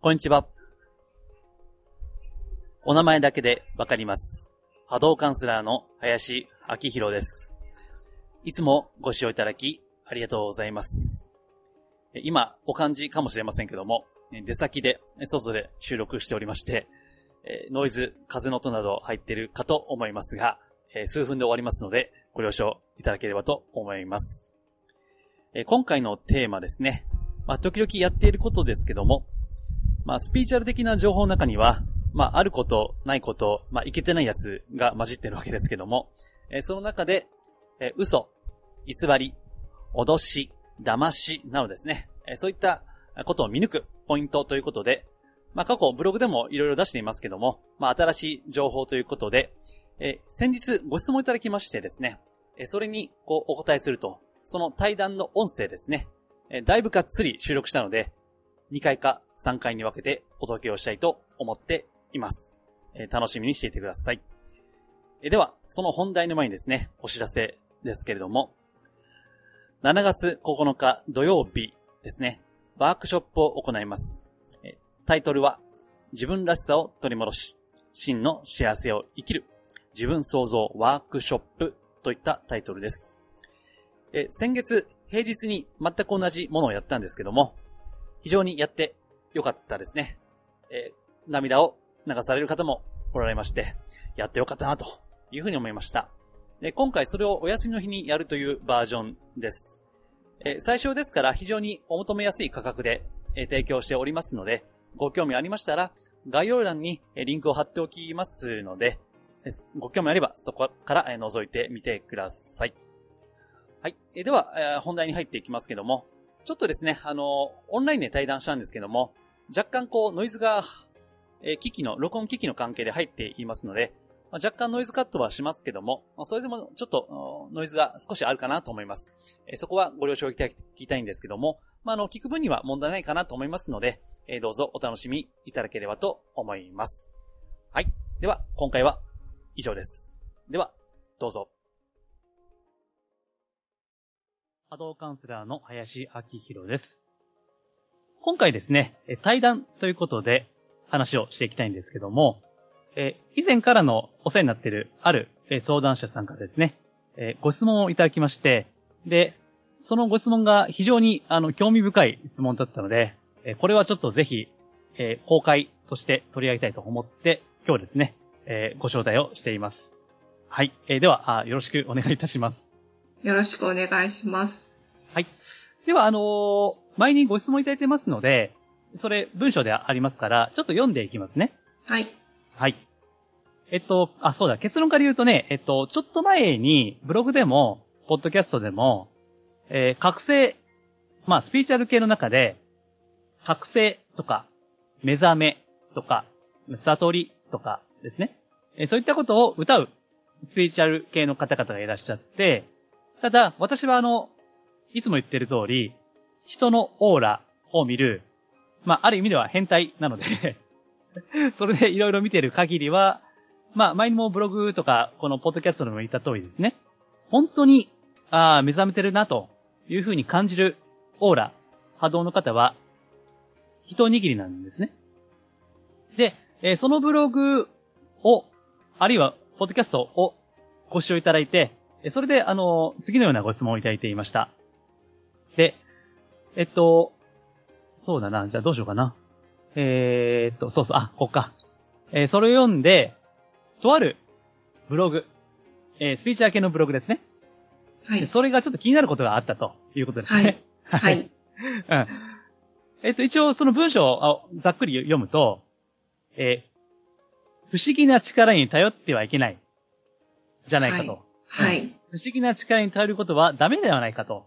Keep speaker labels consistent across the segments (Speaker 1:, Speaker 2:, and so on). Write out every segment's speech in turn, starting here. Speaker 1: こんにちは。お名前だけでわかります。波動カウンセラーの林明宏です。いつもご視聴いただきありがとうございます。え今、お感じかもしれませんけども、え出先で、え外で収録しておりまして、えノイズ、風の音など入っているかと思いますが、え数分で終わりますので、ご了承いただければと思います。え今回のテーマですね。まあ、時々やっていることですけども、まあ、スピーチュアル的な情報の中には、まあ、あること、ないこと、まあ、いけてないやつが混じってるわけですけども、えーその中で、えー嘘、偽り、脅し、騙しなどですね、えーそういったことを見抜くポイントということで、まあ、過去ブログでもいろいろ出していますけども、まあ、新しい情報ということで、えー先日ご質問いただきましてですね、えーそれにこうお答えすると、その対談の音声ですね、えーだいぶがっつり収録したので、2回か3回に分けてお届けをしたいと思っています。えー楽しみにしていてください。えーでは、その本題の前にですね、お知らせですけれども、7月9日土曜日ですね、ワークショップを行います。えータイトルは、自分らしさを取り戻し、真の幸せを生きる、自分創造ワークショップといったタイトルです。えー先月、平日に全く同じものをやったんですけども、非常にやってよかったですね。えー涙を流される方もおられまして、やってよかったなというふうに思いました。で、今回それをお休みの日にやるというバージョンです。えー最初ですから非常にお求めやすい価格で、えー提供しておりますので、ご興味ありましたら、概要欄にえーリンクを貼っておきますので、えーご興味あればそこからえー覗いてみてください。はい。えーでは、えー本題に入っていきますけども、ちょっとですね、あの、オンラインで対談したんですけども、若干こう、ノイズが、えー機器の、録音機器の関係で入っていますので、まあ、若干ノイズカットはしますけども、まあそれでもちょっと、おノイズが少しあるかなと思います。えーそこはご了承いただきたいんですけども、まあ、あの、聞く分には問題ないかなと思いますので、えーどうぞお楽しみいただければと思います。はい。では、今回は以上です。では、どうぞ。波動カウンセラーの林明宏です。今回ですね、え対談ということで話をしていきたいんですけども、え以前からのお世話になっているあるえ相談者さんからですね、えご質問をいただきまして、で、そのご質問が非常にあの興味深い質問だったので、えこれはちょっとぜひ、えー公開として取り上げたいと思って、今日ですね、えーご招待をしています。はい。えーではあ、よろしくお願いいたします。
Speaker 2: よろしくお願いします。
Speaker 1: はい。では、あのー前にご質問いただいてますので、それ文章でありますから、ちょっと読んでいきますね。
Speaker 2: はい。
Speaker 1: はい。えっと、あ、そうだ、結論から言うとね、えっと、ちょっと前に、ブログでも、ポッドキャストでも、えー覚醒、まあ、スピーチュアル系の中で、覚醒とか、目覚めとか、悟りとかですね。えーそういったことを歌う、スピーチュアル系の方々がいらっしゃって、ただ、私はあの、いつも言ってる通り、人のオーラを見る、まあ、ある意味では変態なので、 それでいろいろ見てる限りは、まあ、前にもブログとか、このポッドキャストでも言った通りですね。本当に、ああ、目覚めてるな、というふうに感じるオーラ、波動の方は、一握りなんですね。で、えーそのブログを、あるいは、ポッドキャストをご視聴いただいて、えーそれで、あのー次のようなご質問をいただいていました。で、えっと、そうだな、じゃあどうしようかな。えーっと、そうそう、あ、こっか。えーそれを読んで、とあるブログ、えースピーチャー系のブログですね。
Speaker 2: は
Speaker 1: で
Speaker 2: い。
Speaker 1: それがちょっと気になることがあったということですね。
Speaker 2: は
Speaker 1: はい
Speaker 2: い。
Speaker 1: うんえっと、一応その文章をざっくり読むと、えー不思議な力に頼ってはいけない、じゃないかと。
Speaker 2: はい。
Speaker 1: 不思議な力に頼ることはダメではないかと。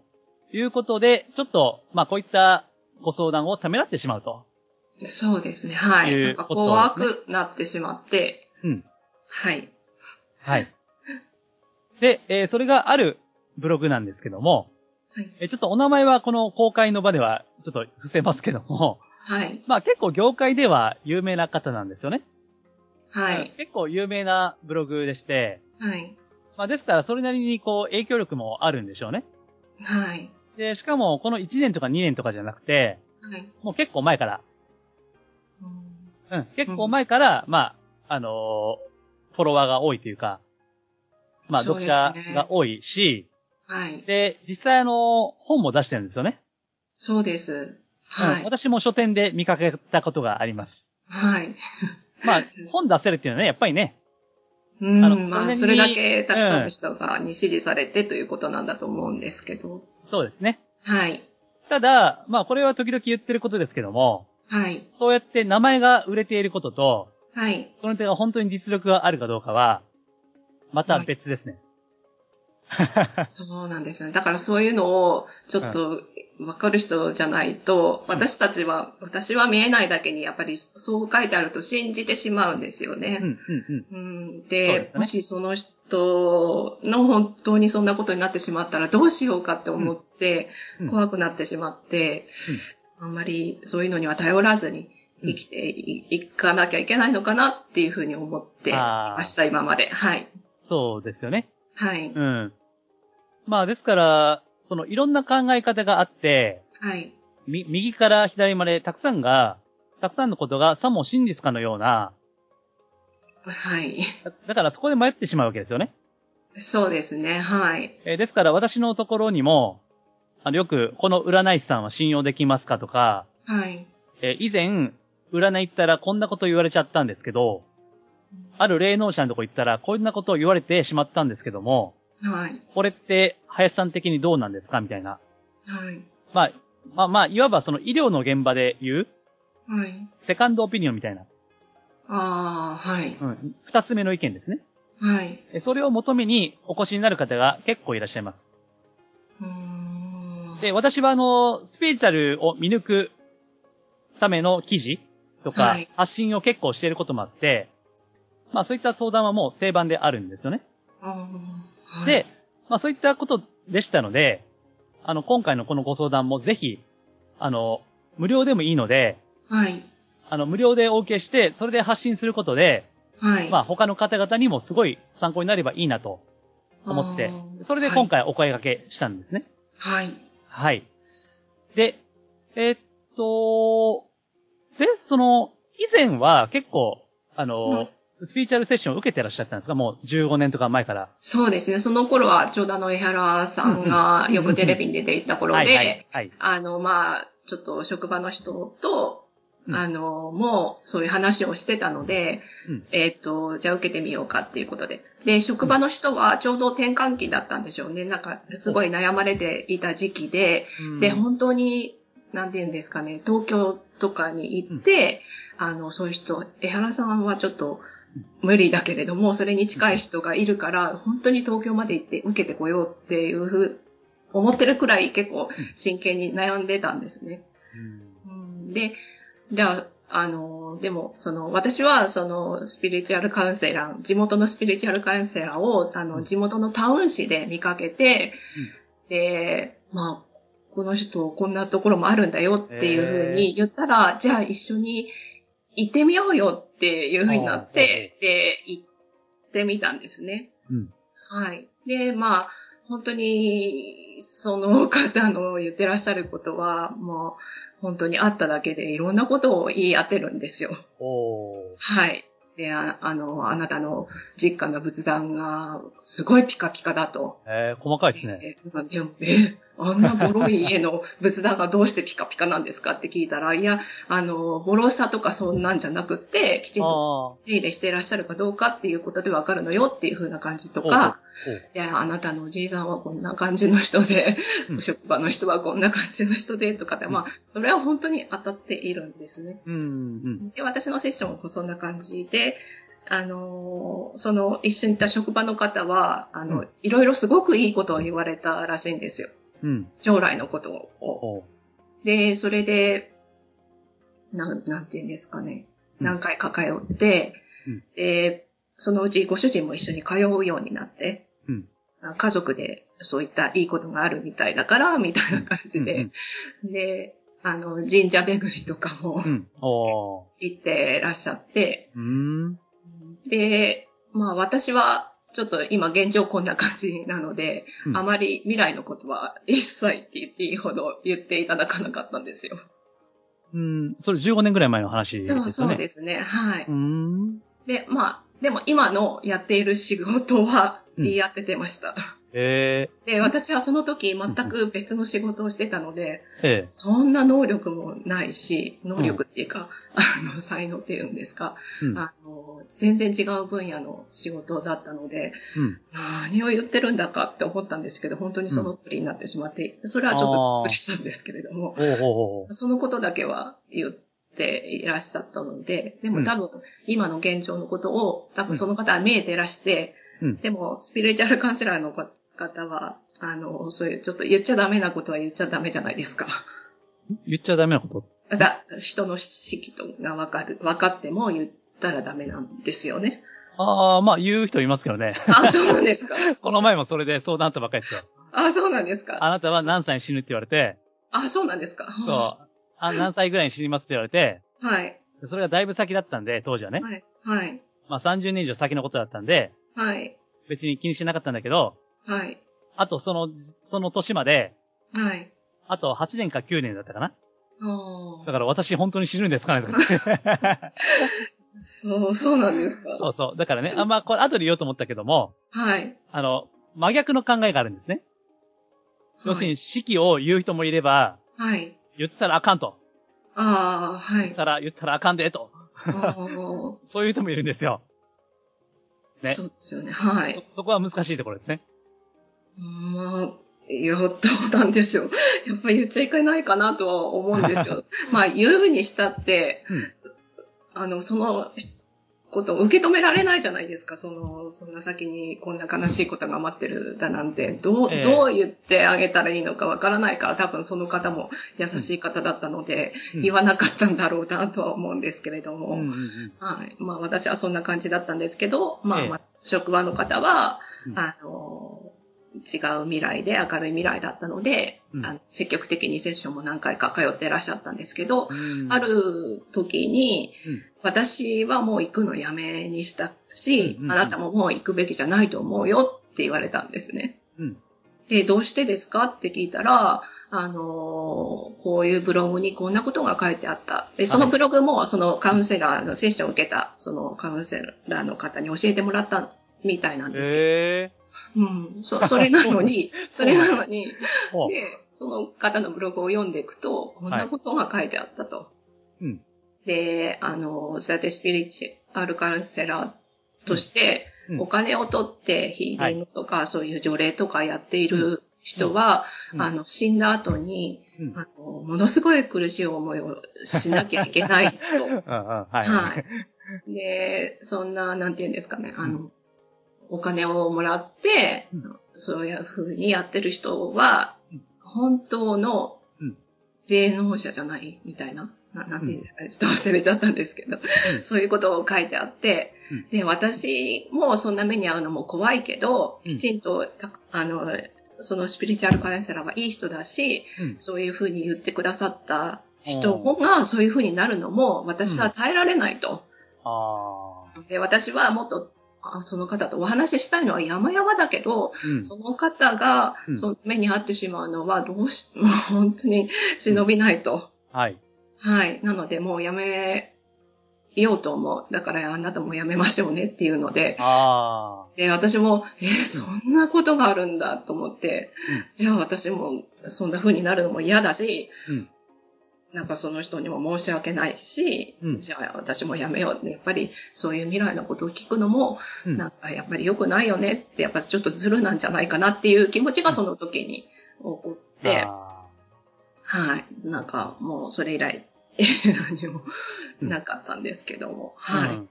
Speaker 1: いうことで、ちょっと、まあ、こういったご相談をためらってしまうと。
Speaker 2: そうですね。はい。
Speaker 1: い
Speaker 2: な
Speaker 1: うん
Speaker 2: か
Speaker 1: こと
Speaker 2: 怖くなってしまって。
Speaker 1: うん。
Speaker 2: はい。
Speaker 1: はい。で、えーそれがあるブログなんですけども、
Speaker 2: はい
Speaker 1: えーちょっとお名前はこの公開の場ではちょっと伏せますけども、
Speaker 2: はい。
Speaker 1: まあ結構業界では有名な方なんですよね。
Speaker 2: はい。
Speaker 1: 結構有名なブログでして、
Speaker 2: はい。
Speaker 1: まあですからそれなりにこう影響力もあるんでしょうね。
Speaker 2: はい。
Speaker 1: で、しかもこの1年とか2年とかじゃなくて、
Speaker 2: はい。
Speaker 1: もう結構前からうん。結構前から、まあ、あのーフォロワーが多いというか、まあ、
Speaker 2: そう
Speaker 1: 読
Speaker 2: ですね
Speaker 1: 者が多いし、
Speaker 2: はい。
Speaker 1: で、実際あの、本も出してるんですよね。
Speaker 2: そうです。
Speaker 1: う
Speaker 2: は
Speaker 1: ん
Speaker 2: い。
Speaker 1: 私も書店で見かけたことがあり ます。
Speaker 2: はい。
Speaker 1: まあ、本出せるっていうのはね、やっぱりね、
Speaker 2: うん
Speaker 1: あの、
Speaker 2: ま
Speaker 1: 完全
Speaker 2: あ、
Speaker 1: に
Speaker 2: それだけたくさんの人が、に支持されてということなんだと思うんですけど。
Speaker 1: そうですね。
Speaker 2: はい。
Speaker 1: ただ、まあ、これは時々言ってることですけども、
Speaker 2: はい。
Speaker 1: そうやって名前が売れていることと、
Speaker 2: はい。
Speaker 1: その手が本当に実力があるかどうかは、また別ですね。
Speaker 2: そうなんですよね。だからそういうのを、ちょっと、わかる人じゃないと、
Speaker 1: うん
Speaker 2: 私たちは、私は見えないだけに、やっぱりそう書いてあると信じてしまうんですよ
Speaker 1: うん、う
Speaker 2: ね。
Speaker 1: ん、うん。
Speaker 2: うん、
Speaker 1: そう
Speaker 2: で、
Speaker 1: ですね
Speaker 2: もしその人の本当にそんなことになってしまったらどうしようかって思って
Speaker 1: うんう、ん
Speaker 2: 怖くなってしまって、あんまりそういうのには頼らずに生きていいかなきゃいけないのかなっていうふうに思って
Speaker 1: あー
Speaker 2: ました、今まで。はい。
Speaker 1: そうですよね。
Speaker 2: はい。
Speaker 1: うん。まあ、ですから、その、いろんな考え方があって、
Speaker 2: はい。
Speaker 1: み、右から左までたくさんが、たくさんのことがさも真実かのような、
Speaker 2: はい。
Speaker 1: だだからそこで迷ってしまうわけですよね。
Speaker 2: そうですね。はい。
Speaker 1: えーですから私のところにも、あの、よく、この占い師さんは信用できますかとか、
Speaker 2: はい。
Speaker 1: えー以前、占い行ったらこんなこと言われちゃったんですけど、ある霊能者のとこ行ったらこんなことを言われてしまったんですけども、
Speaker 2: はい。
Speaker 1: これって林さん的にどうなんですかみたいな。
Speaker 2: はい。
Speaker 1: まあ、まあまあ、いわばその医療の現場で言う、
Speaker 2: はい。
Speaker 1: セカンドオピニオンみたいな。
Speaker 2: ああ、はい。
Speaker 1: うん。二つ目の意見ですね。
Speaker 2: はい。
Speaker 1: えそれを求めにお越しになる方が結構いらっしゃいます。
Speaker 2: うーん
Speaker 1: で、私はあの、スピリチュアルを見抜くための記事とか、
Speaker 2: はい
Speaker 1: 発信を結構していることもあって、まあそういった相談はもう定番であるんですよね。
Speaker 2: あーはい
Speaker 1: で、まあそういったことでしたので、あの、今回のこのご相談もぜひ、あの、無料でもいいので、
Speaker 2: はい。
Speaker 1: あの、無料でお受けして、それで発信することで、
Speaker 2: はい。
Speaker 1: まあ他の方々にもすごい参考になればいいなと思って
Speaker 2: あ、ー
Speaker 1: それで今。回お声掛けしたんですね。
Speaker 2: はい。
Speaker 1: はい。で、えーっと、で、その、以前は結構、あの、スピーチュアルセッションを受けてらっしゃったんですかもう15年とか前から。
Speaker 2: そうですね。その頃は、ちょうどあの、江原さん がよくテレビに出ていた頃
Speaker 1: はいは
Speaker 2: で
Speaker 1: い、。はい。
Speaker 2: あの、まあ、ちょっと職場の人と、
Speaker 1: うん
Speaker 2: あの、もう、そういう話をしてたので、
Speaker 1: うん
Speaker 2: えっ、と、じゃあ受けてみようかっていうことで。で、職場の人はちょうど転換期だったんでしょうね。なんか、すごい悩まれていた時期で、で、
Speaker 1: うん
Speaker 2: 本当に、なんて言うんですかね、東京とかに行って、あの、そういう人、江原さんはちょっと無理だけれども、それに近い人がいるから、本当に東京まで行って受けてこようっていうふう、思ってるくらい結構真剣に悩んでたんですね。
Speaker 1: うん
Speaker 2: うんで、じゃあ、あの、でも、その、私は、その、スピリチュアルカウンセラー、地元のスピリチュアルカウンセラーを、あ
Speaker 1: う
Speaker 2: の、
Speaker 1: ん
Speaker 2: 地元のタウン市で見かけて、で、まあ、この人、こんなところもあるんだよっていうふうに言ったら、じゃあ一緒に行ってみようよっていうふうになって、で、行ってみたんですね。
Speaker 1: うん
Speaker 2: はい。で、まあ、本当に、その方の言ってらっしゃることは、もう、本当にあっただけでいろんなことを言い当てるんですよ。
Speaker 1: おー
Speaker 2: はい。で、ああの、あなたの実家の仏壇がすごいピカピカだと。
Speaker 1: えー、細かいですね。
Speaker 2: えーでもえあんなボロい家の仏壇がどうしてピカピカなんですかって聞いたら、いや、あの、ボロさとかそんなんじゃなくって、きちんと
Speaker 1: あ
Speaker 2: 手入れしていらっしゃるかどうかっていうことでわかるのよっていう風な感じと
Speaker 1: おうおう
Speaker 2: か、で、あなたのおじいさんはこんな感じの人で、
Speaker 1: うん
Speaker 2: 職場の人はこんな感じの人でとかで、
Speaker 1: うん
Speaker 2: まあ、それは本当に当たっているんですね。
Speaker 1: ー。うん、うん。
Speaker 2: で、私のセッションもそんな感じで、あのーその一緒にいた職場の方は、あの、
Speaker 1: うん
Speaker 2: いろいろすごくいいことを言われたらしいんですよ。
Speaker 1: うん。
Speaker 2: 将来のことを。
Speaker 1: おー
Speaker 2: で、それで、なん、なんて言うんですかね。
Speaker 1: うん
Speaker 2: 何回か通って、
Speaker 1: うん
Speaker 2: で、そのうちご主人も一緒に通うようになって、
Speaker 1: うん
Speaker 2: あ家族でそういったいいことがあるみたいだから、みたいな感じで、で、あの、神社巡りとかも
Speaker 1: うん、うん。おー
Speaker 2: 行ってらっしゃって、
Speaker 1: うん。
Speaker 2: で、まあ私は、ちょっと今現状こんな感じなので、
Speaker 1: うん
Speaker 2: あまり未来のことは一切って言っていいほど言っていただかなかったんですよ。
Speaker 1: うん、それ15年ぐらい前の話です
Speaker 2: そ
Speaker 1: よね。。
Speaker 2: うそうですね。はいう
Speaker 1: ん。
Speaker 2: で、まあ、でも今のやっている仕事は
Speaker 1: うん
Speaker 2: 言い当ててました。
Speaker 1: え
Speaker 2: で、私はその時全く別の仕事をしてたので、
Speaker 1: ー、ええ
Speaker 2: そんな能力もないし、能力っていうか、あの、才能っていうんですか、
Speaker 1: うん
Speaker 2: あの、全然違う分野の仕事だったので、
Speaker 1: うん。
Speaker 2: 何を言ってるんだかって思ったんですけど、本当にその通りになってしまって、それはちょっとびっくりしたんですけれども、
Speaker 1: おうおうおう
Speaker 2: そのことだけは言っていらっしゃったので、で
Speaker 1: う
Speaker 2: も
Speaker 1: ん
Speaker 2: 多分、今の現状のことを、多分その方は見えていらして、
Speaker 1: うん
Speaker 2: でも、スピリチュアルカウンセラーの方は、あの、そういうちょっと言っちゃダメなことは言っちゃダメじゃないですか。
Speaker 1: 言っちゃダメなこと。
Speaker 2: ただ、人の知識とがわかる、分かっても言ったらダメなんですよね。
Speaker 1: ああ、まあ言う人いますけどね。
Speaker 2: あ、そうなんですか。
Speaker 1: この前もそれで相談あったばっかりですよ。
Speaker 2: あ、そうなんですか。
Speaker 1: あなたは何歳に死ぬって言われて、
Speaker 2: あ、そうなんですか。
Speaker 1: そう。あ、何歳ぐらいに死にますって言われて、
Speaker 2: う。はい。
Speaker 1: それがだいぶ先だったんで、当時はね。
Speaker 2: はい。はい。
Speaker 1: まあ30年以上先のことだったんで、
Speaker 2: はい。
Speaker 1: 別に気にしてなかったんだけど、
Speaker 2: はい。
Speaker 1: あとその、その年まで、
Speaker 2: はい。
Speaker 1: あと8年か9年だったかな。
Speaker 2: あ
Speaker 1: だ
Speaker 2: ー
Speaker 1: から私本当に死ぬんですかねとか言 って。
Speaker 2: そう、そうなんですか。
Speaker 1: そうそう。だからね、あんまあ、これ後で言おうと思ったけども、
Speaker 2: はい。
Speaker 1: あの、真逆の考えがあるんですね。要するに、死期を言う人もいれば、
Speaker 2: はい。
Speaker 1: 言ったらあかんと。
Speaker 2: ああ、は
Speaker 1: だ
Speaker 2: い。
Speaker 1: から言ったらあかんで、と。
Speaker 2: あー
Speaker 1: そういう人もいるんですよ。ね
Speaker 2: そうですよね。はい。
Speaker 1: そこは難しいところですね。
Speaker 2: まあ、いや、どうなんでしょう。 やっぱ言っちゃいけないかなとは思うんです よ。まあ、言うにしたって、
Speaker 1: うん
Speaker 2: あの、そのことを受け止められないじゃないですか。その、そんな先にこんな悲しいことが待ってるだなんて、どう、
Speaker 1: ええ
Speaker 2: どう言ってあげたらいいのかわからないから、多分その方も優しい方だったので、
Speaker 1: うん
Speaker 2: 言わなかったんだろうなとは思うんですけれど
Speaker 1: う
Speaker 2: も。
Speaker 1: んうんうん。
Speaker 2: はい。まあ私はそんな感じだったんですけど、ま
Speaker 1: え
Speaker 2: あ、
Speaker 1: え
Speaker 2: まあ職場の方は、
Speaker 1: うん
Speaker 2: あの、違う未来で明るい未来だったので、
Speaker 1: うん
Speaker 2: あの積極的にセッションも何回か通ってらっしゃったんですけど、
Speaker 1: うん
Speaker 2: あ、る時に、
Speaker 1: うん
Speaker 2: 私はもう行くのやめにしたし、
Speaker 1: うんうんうん
Speaker 2: あなたももう行くべきじゃないと思うよって言われたんですね。
Speaker 1: うん。
Speaker 2: で、どうしてですかって聞いたら、あのーこういうブログにこんなことが書いてあった。で、そのブログも、そのカウンセラーのセッションを受けた、そのカウンセラーの方に教えてもらったみたいなんですけど、
Speaker 1: え
Speaker 2: うん、そ、それな のに、それなのに、
Speaker 1: ー。ほう
Speaker 2: で、その方のブログを読んでいくと、こんなことが書いてあったと。
Speaker 1: うん。
Speaker 2: で、あの、そうやってスピリチュアルカウンセラーとして
Speaker 1: うんう、ん
Speaker 2: お金を取ってヒーリングとか、そういう除霊とかやっている人は、
Speaker 1: うん
Speaker 2: あの、死んだ後に、
Speaker 1: うん。うん
Speaker 2: あの、ものすごい苦しい思いをしなきゃいけない
Speaker 1: うん、はい。
Speaker 2: と。はい。で、そんな、なんて言うんですかね、あ
Speaker 1: う
Speaker 2: の、お金をもらって
Speaker 1: うん、
Speaker 2: そういうふうにやってる人は
Speaker 1: うん、
Speaker 2: 本当の
Speaker 1: うん
Speaker 2: 霊能者じゃないみたいな、ななんて言うんですかね、ちょっと忘れちゃったんですけど、そういうことを書いてあって、
Speaker 1: うん
Speaker 2: で、私もそんな目に遭うのも怖いけど、
Speaker 1: うん
Speaker 2: きちんとたく、あの、そのスピリチュアルカウンセラーはいい人だし、
Speaker 1: うん
Speaker 2: そういうふうに言ってくださった人がそういうふうになるのも私は耐えられないと。
Speaker 1: ああ。
Speaker 2: で、私はもっと、あその方とお話ししたいのは山々だけど、
Speaker 1: うん。
Speaker 2: その方が
Speaker 1: うん
Speaker 2: その目に遭ってしまうのはどうし、 もう本当に忍びないと。
Speaker 1: はい。
Speaker 2: はい。なので、もうやめようと思う。だから、あなたもやめましょうねっていうので、
Speaker 1: ああ。
Speaker 2: で、私も、えーそんなことがあるんだと思って、
Speaker 1: うん
Speaker 2: じゃあ私もそんな風になるのも嫌だし、
Speaker 1: うん
Speaker 2: なんかその人にも申し訳ないし、
Speaker 1: うん
Speaker 2: じゃあ私もやめようって、やっぱりそういう未来のことを聞くのも、
Speaker 1: うん
Speaker 2: なんかやっぱり良くないよねって、やっぱちょっとずるなんじゃないかなっていう気持ちがその時に起こって、
Speaker 1: あ
Speaker 2: はい。なんかもうそれ以来、何もなかったんですけども。
Speaker 1: ー
Speaker 2: はい、
Speaker 1: うん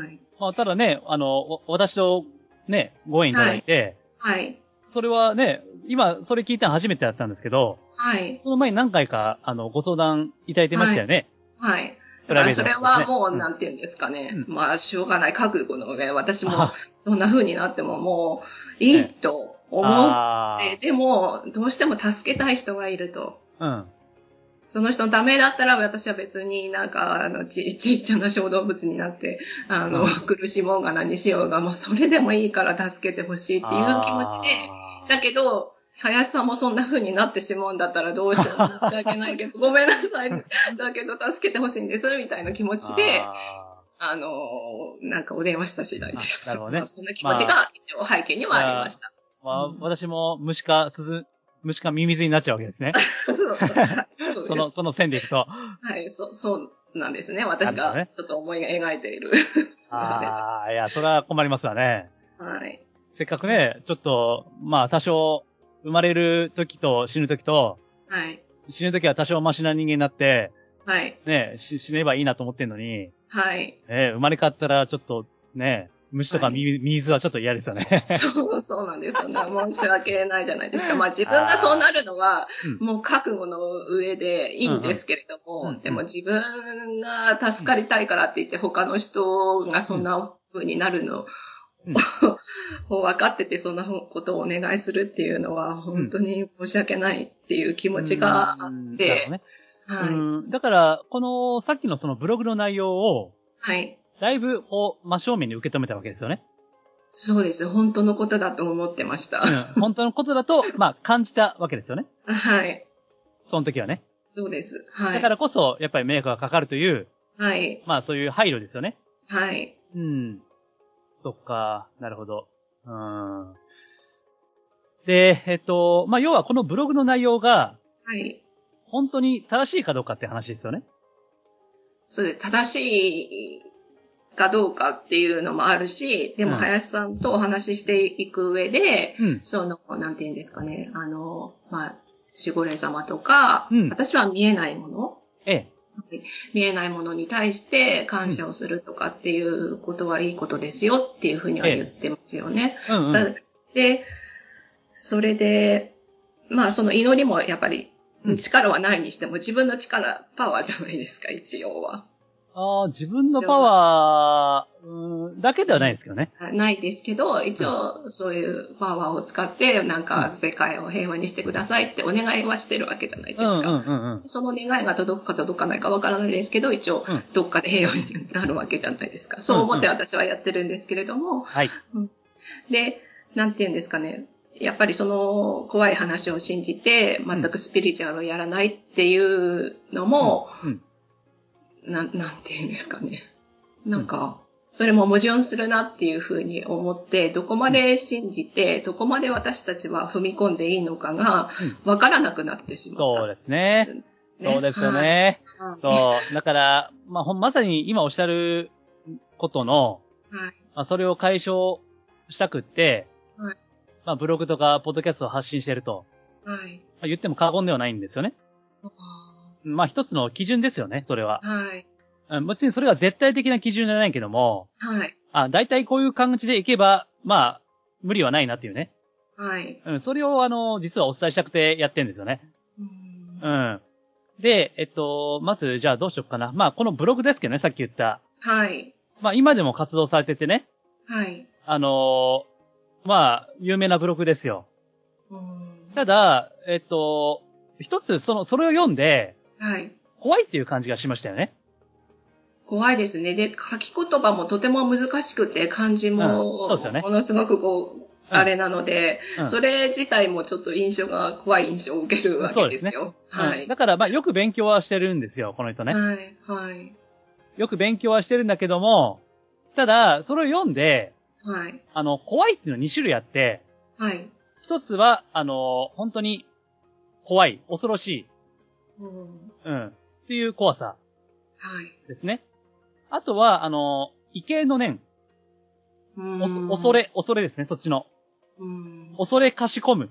Speaker 2: はい。
Speaker 1: まあ、ただね、あの、わ私とね、ご縁いただいて、
Speaker 2: はい。
Speaker 1: それはね、今、それ聞いたの初めてだったんですけど、
Speaker 2: はい。
Speaker 1: その前に何回か、あの、ご相談いただいてましたよね。
Speaker 2: はい。
Speaker 1: プ
Speaker 2: だ
Speaker 1: ラ
Speaker 2: か
Speaker 1: イベ
Speaker 2: ら
Speaker 1: ート
Speaker 2: そ
Speaker 1: な
Speaker 2: れ
Speaker 1: ことね
Speaker 2: はもう、なんんて言うんですかね。
Speaker 1: うん
Speaker 2: まあ、しょうがない。覚悟の上、私も
Speaker 1: あ、
Speaker 2: そんな風になってももう、いいと思っ
Speaker 1: あ
Speaker 2: て、
Speaker 1: ー
Speaker 2: でも、どうしても助けたい人がいると。
Speaker 1: うん。
Speaker 2: その人のためだったら私は別になんか、あの、ち、 ちっちゃな小動物になって、あの、
Speaker 1: うん
Speaker 2: 苦しもうが何しようが、もうそれでもいいから助けてほしいっていう気持ちで、だけど、林さんもそんな風になってしまうんだったらどうしよう。申し訳ないけど、ごめんなさい。だけど助けてほしいんです、みたいな気持ちで、あ
Speaker 3: あ
Speaker 2: のーなんかお電話した次第です。
Speaker 1: あなるほどね
Speaker 2: まあ そんな気持ちが一応背景にはありました。
Speaker 1: ーまあ、
Speaker 2: うん
Speaker 1: 私も虫か鈴、虫かミミズになっちゃうわけですね。
Speaker 2: そうそうはいそ う
Speaker 1: そ
Speaker 2: で
Speaker 1: の、
Speaker 2: す。
Speaker 1: その線でいくと。
Speaker 2: はい、 そそうなんですね。私
Speaker 1: なる
Speaker 2: が
Speaker 1: ほ
Speaker 2: ちょっと思い描いている。
Speaker 1: ああ、いや、それは困りますわね。
Speaker 2: はい。
Speaker 1: せっかくね、ちょっと、まあ、多少、生まれる時と死ぬ時と、
Speaker 2: はい。
Speaker 1: 死ぬ時は多少マシな人間になって、
Speaker 2: はい。
Speaker 1: ね、し死ねばいいなと思ってんのに、
Speaker 2: はい。
Speaker 1: ね、生まれ変わったらちょっと、ね、虫とかミ,、ミミズはちょっと嫌ですよ ね。
Speaker 2: そう、そうなんですよね。申し訳ないじゃないで すか。まあ自分がそうなるのは
Speaker 1: う、
Speaker 2: もう覚悟の上でいいんですけれど
Speaker 1: うん
Speaker 2: も、
Speaker 1: うん
Speaker 2: でも自分が助かりたいからって言って他の人がそんな風になるの
Speaker 1: うん
Speaker 2: を、を分かっててそんなことをお願いするっていうのは、本当に申し訳ないっていう気持ちがあ
Speaker 1: うんなるほ
Speaker 2: って
Speaker 1: ど、ね
Speaker 2: は
Speaker 1: う
Speaker 2: い。
Speaker 1: んだから、この、さっきのそのブログの内容を、
Speaker 2: はい。
Speaker 1: だいぶ、こう、真正面に受け止めたわけですよね。
Speaker 2: そうです。本当のことだと思ってました。
Speaker 1: うん本当のことだと、 まあ、感じたわけですよね。
Speaker 2: はい。
Speaker 1: その時はね。
Speaker 2: そうです。は
Speaker 1: だか
Speaker 2: い。
Speaker 1: らこそ、やっぱり迷惑がかかるという、
Speaker 2: はい。
Speaker 1: まあ、そういう配慮ですよね。
Speaker 2: はい。
Speaker 1: うん。そっか、なるほど。うん。で、えっと、まあ、要はこのブログの内容が、
Speaker 2: はい。
Speaker 1: 本当に正しいかどうかって話ですよね。
Speaker 2: そうです。正しいかどうかっていうのもあるし、で
Speaker 1: う
Speaker 2: も
Speaker 1: ん
Speaker 2: 林さんとお話ししていく上で、
Speaker 1: うん。
Speaker 2: その、なんていうんですかね、あの、まあ、守護霊様とか、
Speaker 1: うん
Speaker 2: 私は見えないもの、
Speaker 1: ええ。
Speaker 2: 見えないものに対して感謝をするとかっていうことはいいことですよっていうふうには言ってますよね。
Speaker 1: うん、うん。
Speaker 2: だで、それで、まあその祈りもやっぱり
Speaker 1: うん
Speaker 2: 力はないにしても自分の力、パワーじゃないですか、一応は。
Speaker 1: ああ、自分のパワー、うん、だけではないですけどね。
Speaker 2: ないですけど、一応そういうパワーを使って、なんか世界を平和にしてくださいってお願いはしてるわけじゃないで
Speaker 1: うん、うん、
Speaker 2: す
Speaker 1: う
Speaker 2: か。
Speaker 1: ん、うん。
Speaker 2: その願いが届くか届かないかわからないですけど、一応
Speaker 1: うん
Speaker 2: どっかで平和になるわけじゃないですか。そう思って私はやってるんですけれども、
Speaker 1: はい。
Speaker 2: で、なんて言うんですかね。やっぱりその怖い話を信じて、全くスピリチュアルをやらないっていうのも、
Speaker 1: うん。
Speaker 2: なん、なんて言うんですかね。なんか、それも矛盾するなっていうふうに思って、どこまで信じて、どこまで私たちは踏み込んでいいのかが、わからなくなってしまった
Speaker 1: そう。ですね。そうですよね。
Speaker 2: はい。
Speaker 1: そう。だから、まあ、ほん、まさに今おっしゃることの、
Speaker 2: はい。
Speaker 1: まあ、それを解消したくって、
Speaker 2: はい
Speaker 1: まあ、ブログとか、ポッドキャストを発信してると、
Speaker 2: はい。
Speaker 1: まあ、言っても過言ではないんですよね。
Speaker 2: あ
Speaker 1: まあ、一つの基準ですよね、それは
Speaker 2: ー。はい。
Speaker 1: うん別にそれが絶対的な基準じゃないけども、
Speaker 2: はい。
Speaker 1: あ、大体こういう感じでいけば、まあ、無理はないなっていうね。
Speaker 2: はい。
Speaker 1: うん、それをあの、実はお伝えしたくてやってるんですよね。
Speaker 2: うん
Speaker 1: うん。で、えっと、まず、じゃあどうしようかな。まあ、このブログですけどね、さっき言った。
Speaker 2: はい。
Speaker 1: まあ、今でも活動されててね、
Speaker 2: はい。
Speaker 1: あのーまあ、有名なブログですよ。
Speaker 2: うん
Speaker 1: ただ、えっと、一つ、その、それを読んで、
Speaker 2: はい。
Speaker 1: 怖いっていう感じがしましたよね。
Speaker 2: 怖いですね。で、書き言葉もとても難しくて、漢字
Speaker 1: うん
Speaker 2: も、
Speaker 1: そうですよね
Speaker 2: ものすごくこう、
Speaker 1: うん
Speaker 2: あれなので、
Speaker 1: うん
Speaker 2: それ自体もちょっと印象が、怖い印象を受けるわけですよ。は
Speaker 1: うん
Speaker 2: い、
Speaker 1: だから、まあ、よく勉強はしてるんですよ、この人ね。
Speaker 2: はい。はい。
Speaker 1: よく勉強はしてるんだけども、ただ、それを読んで、
Speaker 2: はい。
Speaker 1: あの、怖いっていうの2種類あって、
Speaker 2: はい。
Speaker 1: 一つは、あの、本当に、怖い、恐ろしい、
Speaker 2: うん
Speaker 1: うん、っていう怖さ
Speaker 2: はい。
Speaker 1: ですね。あとは、あの、畏敬の念、おそ
Speaker 2: うん
Speaker 1: 恐。れ、恐れですね、そっちの。
Speaker 2: うん
Speaker 1: 恐れかしこむ。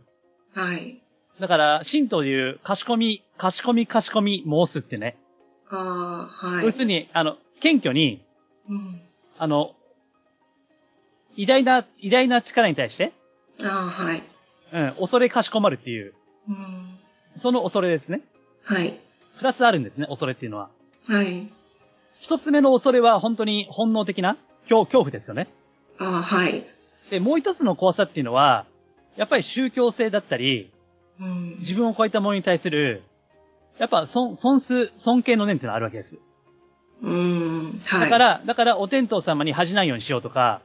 Speaker 2: はい。
Speaker 1: だから、神道でいう、かしこみ、かしこみ、かしこみ、申すってね。
Speaker 2: ああ、はい。
Speaker 1: 要するに、あの、謙虚に、
Speaker 2: うん。
Speaker 1: あの、偉大な、偉大な力に対して、
Speaker 2: ああ、はい。
Speaker 1: うん、恐れかしこまるっていう、
Speaker 2: うん。
Speaker 1: その恐れですね。
Speaker 2: はい。
Speaker 1: 二つあるんですね、恐れっていうのは。
Speaker 2: はい。
Speaker 1: 一つ目の恐れは本当に本能的な恐恐怖ですよね。
Speaker 2: ああ、はい。
Speaker 1: で、もう一つの怖さっていうのは、やっぱり宗教性だったり、
Speaker 2: うん。
Speaker 1: 自分を超えたものに対する、やっぱ損、損す、尊敬の念っていうのがあるわけです。
Speaker 2: うん。はい。
Speaker 1: だから、だからお天道様に恥じないようにしようとか、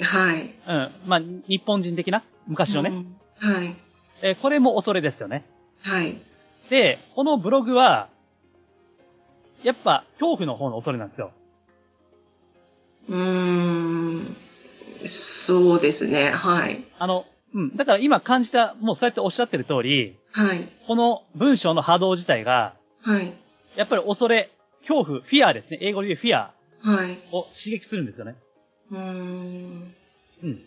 Speaker 2: はい。
Speaker 1: うん、まあ、日本人的な、昔のね、
Speaker 2: うんはい。
Speaker 1: えーこれも恐れですよね。
Speaker 2: はい。
Speaker 1: で、このブログは、やっぱ恐怖の方の恐れなんですよ。
Speaker 2: うーん。そうですね。はい。
Speaker 1: あの、うん。だから今感じた、もうそうやっておっしゃってる通り、
Speaker 2: はい。
Speaker 1: この文章の波動自体が、
Speaker 2: はい。
Speaker 1: やっぱり恐れ、恐怖、フィアですね。英語で言うフィア
Speaker 2: はい。
Speaker 1: を刺激するんですよね。
Speaker 2: うーん。
Speaker 1: うん。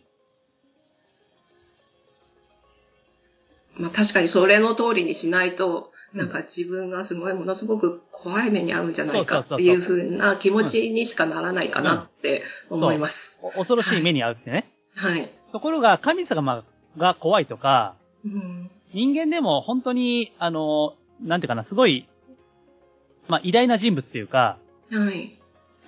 Speaker 2: まあ確かにそれの通りにしないと、なんか自分がすごいものすごく怖い目に遭うんじゃないかっていうふうな気持ちにしかならないかなって思います。
Speaker 1: お恐ろしい目に遭うってね。
Speaker 2: はい。
Speaker 1: ところが神様が怖いとか、
Speaker 2: うん。
Speaker 1: 人間でも本当に、あの、なんていうかな、すごい、まあ偉大な人物というか、
Speaker 2: はい。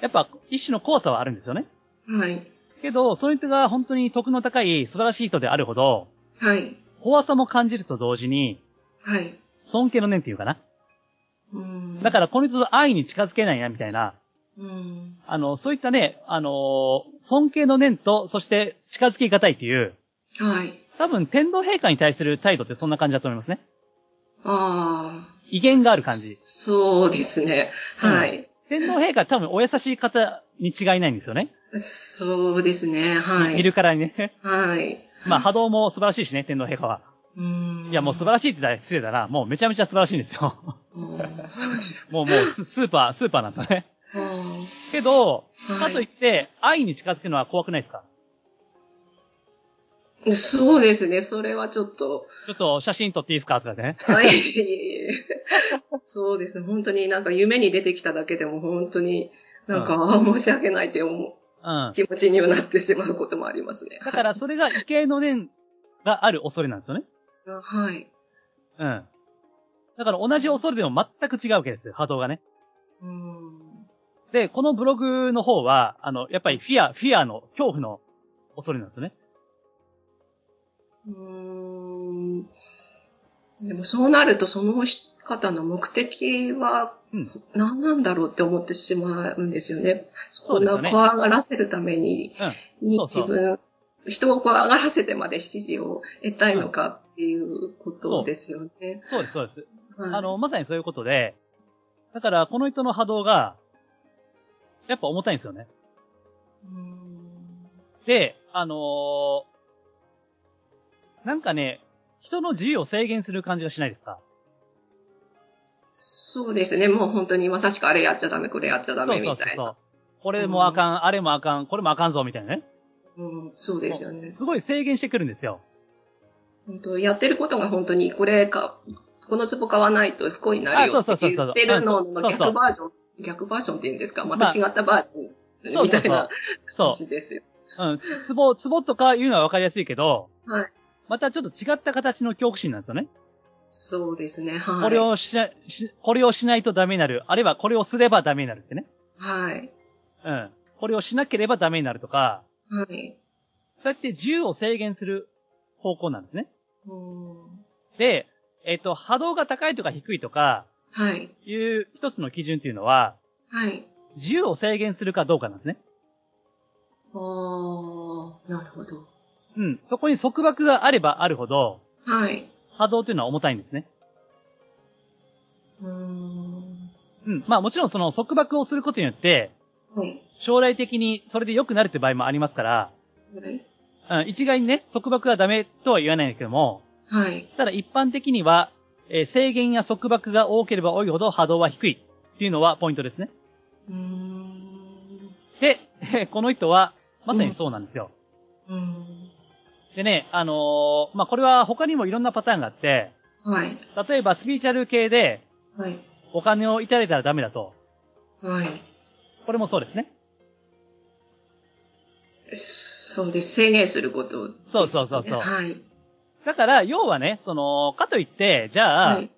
Speaker 1: やっぱ一種の怖さはあるんですよね。
Speaker 2: はい。
Speaker 1: けど、その人が本当に徳の高い素晴らしい人であるほど、
Speaker 2: はい。
Speaker 1: 怖さも感じると同時に、
Speaker 2: はい。
Speaker 1: 尊敬の念っていうかな。
Speaker 2: うん。
Speaker 1: だからこの人と愛に近づけないな、みたいな。
Speaker 2: うん。
Speaker 1: あの、そういったね、あのー尊敬の念と、そして近づきがたいっていう、
Speaker 2: はい。
Speaker 1: 多分天皇陛下に対する態度ってそんな感じだと思いますね。
Speaker 2: ああ。
Speaker 1: 威厳がある感じ。
Speaker 2: そうですね。はい。
Speaker 1: 天皇陛下多分お優しい方に違いないんですよね。
Speaker 2: そうですね。はいい。
Speaker 1: るからに ね。
Speaker 2: はい。
Speaker 1: まあ波動も素晴らしいしね、天皇陛下は。
Speaker 2: うん。
Speaker 1: いや、もう素晴らしいって言ったら失礼だな。もうめちゃめちゃ素晴らしいんですよ。
Speaker 2: うんそうですか。
Speaker 1: もうもうススーパー、スーパーなんですよね。
Speaker 2: うん
Speaker 1: けど、
Speaker 2: は
Speaker 1: かといって、愛に近づくのは怖くないですか
Speaker 2: い。そうですね。それはちょっと。
Speaker 1: ちょっと写真撮っていいですかとかね。
Speaker 2: はい。そうですね。本当になんか夢に出てきただけでも本当になんか、あー申し訳ないって思
Speaker 1: うん
Speaker 2: う。気持ちにはなってしまうこともありますね。
Speaker 1: だからそれが畏敬の念がある恐れなんですよね。
Speaker 2: ら、はい。
Speaker 1: うん。だから同じ恐れでも全く違うわけですよ、波動がね。
Speaker 2: うん。
Speaker 1: で、このブログの方は、あの、やっぱりフィア、フィアの恐怖の恐れなんですよね。
Speaker 2: うーん。でもそうなるとその方の目的は
Speaker 1: うん
Speaker 2: 何なんだろうって思ってしまうんですよね。
Speaker 1: そ
Speaker 2: そ
Speaker 1: うんです
Speaker 2: な
Speaker 1: よね
Speaker 2: 怖がらせるために、に
Speaker 1: そうそ
Speaker 2: 自
Speaker 1: う
Speaker 2: 分、人を怖がらせてまで支持を得たいのかっていうことですよね。
Speaker 1: そうです、そうです。
Speaker 2: はい
Speaker 1: あの、まさにそういうことで、だからこの人の波動が、やっぱ重たいんですよね。
Speaker 2: うーん
Speaker 1: で、あのーなんかね、人の自由を制限する感じがしないですか
Speaker 2: そうですね。もう本当にまさしくあれやっちゃダメ、これやっちゃダ
Speaker 1: そうそう
Speaker 2: メみ
Speaker 1: そう
Speaker 2: たい
Speaker 1: そ
Speaker 2: な。
Speaker 1: う。これもあかん、あれもあかん、これもあかんぞ、みたいなね。
Speaker 2: うんそうですよね。
Speaker 1: すごい制限してくるんですよ。
Speaker 2: 本当やってることが本当にこれか、この壺買わないと不幸になるよ
Speaker 1: あ
Speaker 2: っ
Speaker 1: そうそ
Speaker 2: て
Speaker 1: うそうそう
Speaker 2: 言ってるの
Speaker 1: うんそう
Speaker 2: の
Speaker 1: そう
Speaker 2: 逆バージョン、逆バージョンって言うんですかまた違ったバージョ
Speaker 1: そ
Speaker 2: ン
Speaker 1: うそ
Speaker 2: みた
Speaker 1: う
Speaker 2: い
Speaker 1: そ
Speaker 2: な
Speaker 1: う。そ
Speaker 2: 感じですよ。
Speaker 1: う。 うん。つぼ、つぼとか言うのはわかりやすいけど、
Speaker 2: はい。
Speaker 1: またちょっと違った形の恐怖心なんですよね。
Speaker 2: そうですね。はい。
Speaker 1: これをしな、し、これをしないとダメになる。あるいはこれをすればダメになるってね。
Speaker 2: はい。
Speaker 1: うん。これをしなければダメになるとか、
Speaker 2: はい。
Speaker 1: そうやって自由を制限する方向なんですね。
Speaker 2: うん
Speaker 1: で、えっ、と、波動が高いとか低いとか、
Speaker 2: はい。
Speaker 1: いう一つの基準っていうのは、
Speaker 2: はい。
Speaker 1: 自由を制限するかどうかなんですね。
Speaker 2: あー、なるほど。
Speaker 1: うん。そこに束縛があればあるほど、
Speaker 2: はい。
Speaker 1: 波動というのは重たいんですね。
Speaker 2: うーん。
Speaker 1: うん。まあもちろんその束縛をすることによって、
Speaker 2: はい。
Speaker 1: 将来的にそれで良くなるって場合もありますから、
Speaker 2: はい
Speaker 1: うん、一概にね、束縛はダメとは言わないんだけども、
Speaker 2: はい。
Speaker 1: ただ一般的には、えー制限や束縛が多ければ多いほど波動は低いっていうのはポイントですね。
Speaker 2: うーん。
Speaker 1: で、 えーこの人は、まさにそうなんですよ。
Speaker 2: うん。
Speaker 1: でね、あのーまあ、これは他にもいろんなパターンがあって、
Speaker 2: はい。
Speaker 1: 例えばスピーチャル系で
Speaker 2: はい。
Speaker 1: お金をいただいたらダメだと。
Speaker 2: はい。
Speaker 1: これもそうですね。
Speaker 2: そうです。制限することですね、
Speaker 1: そうそうそうそう
Speaker 2: はい。
Speaker 1: だから、要はね、その、かといって、じゃあ、
Speaker 2: はい。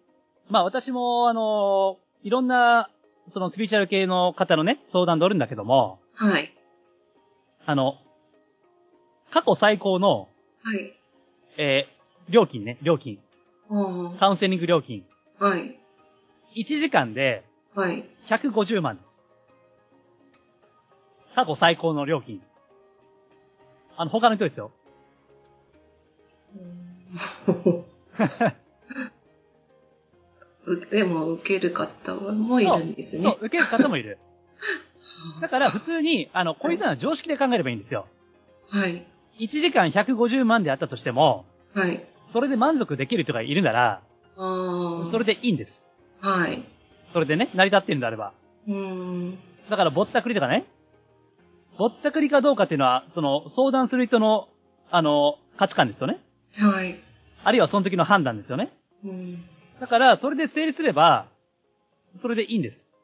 Speaker 1: まあ私も、あのいろんな、そのスピーチャル系の方のね、相談乗るんだけども、
Speaker 2: はい。
Speaker 1: あの、過去最高の、
Speaker 2: はい。
Speaker 1: えー料金ね、料金。
Speaker 2: あ
Speaker 1: カウンセリング料金。
Speaker 2: あ。はい。
Speaker 1: 1時間で
Speaker 2: はい。
Speaker 1: 150万です。過去最高の料金。あの、他の人ですよ。
Speaker 2: うでも、受ける方もいるんです
Speaker 1: そう
Speaker 2: ね、。
Speaker 1: 受ける方もいる。だから普通に、あの、こういうのは常識で考えればいいんですよ。
Speaker 2: はい。
Speaker 1: 1時間150万であったとしても、
Speaker 2: はい。
Speaker 1: それで満足できる人がいるなら、
Speaker 2: ああ。
Speaker 1: それでいいんです。
Speaker 2: はい。
Speaker 1: それでね、成り立ってるんであれば。
Speaker 2: うーん。
Speaker 1: だからぼったくりとかね。ぼったくりかどうかっていうのは、その、相談する人の、あの、価値観ですよね。
Speaker 2: はい。
Speaker 1: あるいはその時の判断ですよね。
Speaker 2: うん。
Speaker 1: だから、それで成立すれば、それでいいんです。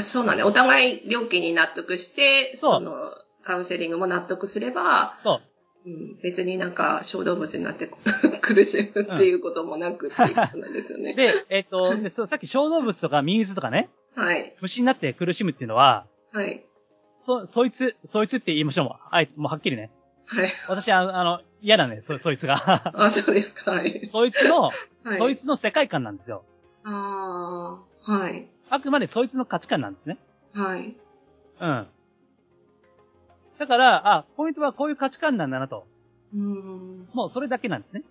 Speaker 2: そうなんで、お互い病気に納得して、
Speaker 1: そう
Speaker 2: その、カウンセリングも納得すれば、
Speaker 1: そう。
Speaker 2: うん、別になんか小動物になってこ 苦しむっていうこともなくっていうことなんですよね。
Speaker 1: で、えっ、 と、でそうさっき小動物とかミミズとかね、
Speaker 2: はい。
Speaker 1: 虫になって苦しむっていうのは、
Speaker 2: はい。
Speaker 1: そ、そいつ、そいつって言いましょうもん。あえもうはっきりね。
Speaker 2: はい。
Speaker 1: 私、あの、あの嫌だね、そ、そいつ が。
Speaker 2: あ、そうですか。はい。
Speaker 1: そいつの、
Speaker 2: はい。
Speaker 1: そいつの世界観なんですよ。
Speaker 2: ああ、はい。
Speaker 1: あくまでそいつの価値観なんですね。
Speaker 2: はい。
Speaker 1: うん。だから、あ、ポイントはこういう価値観なんだなと。
Speaker 2: うーん。
Speaker 1: もうそれだけなんですね。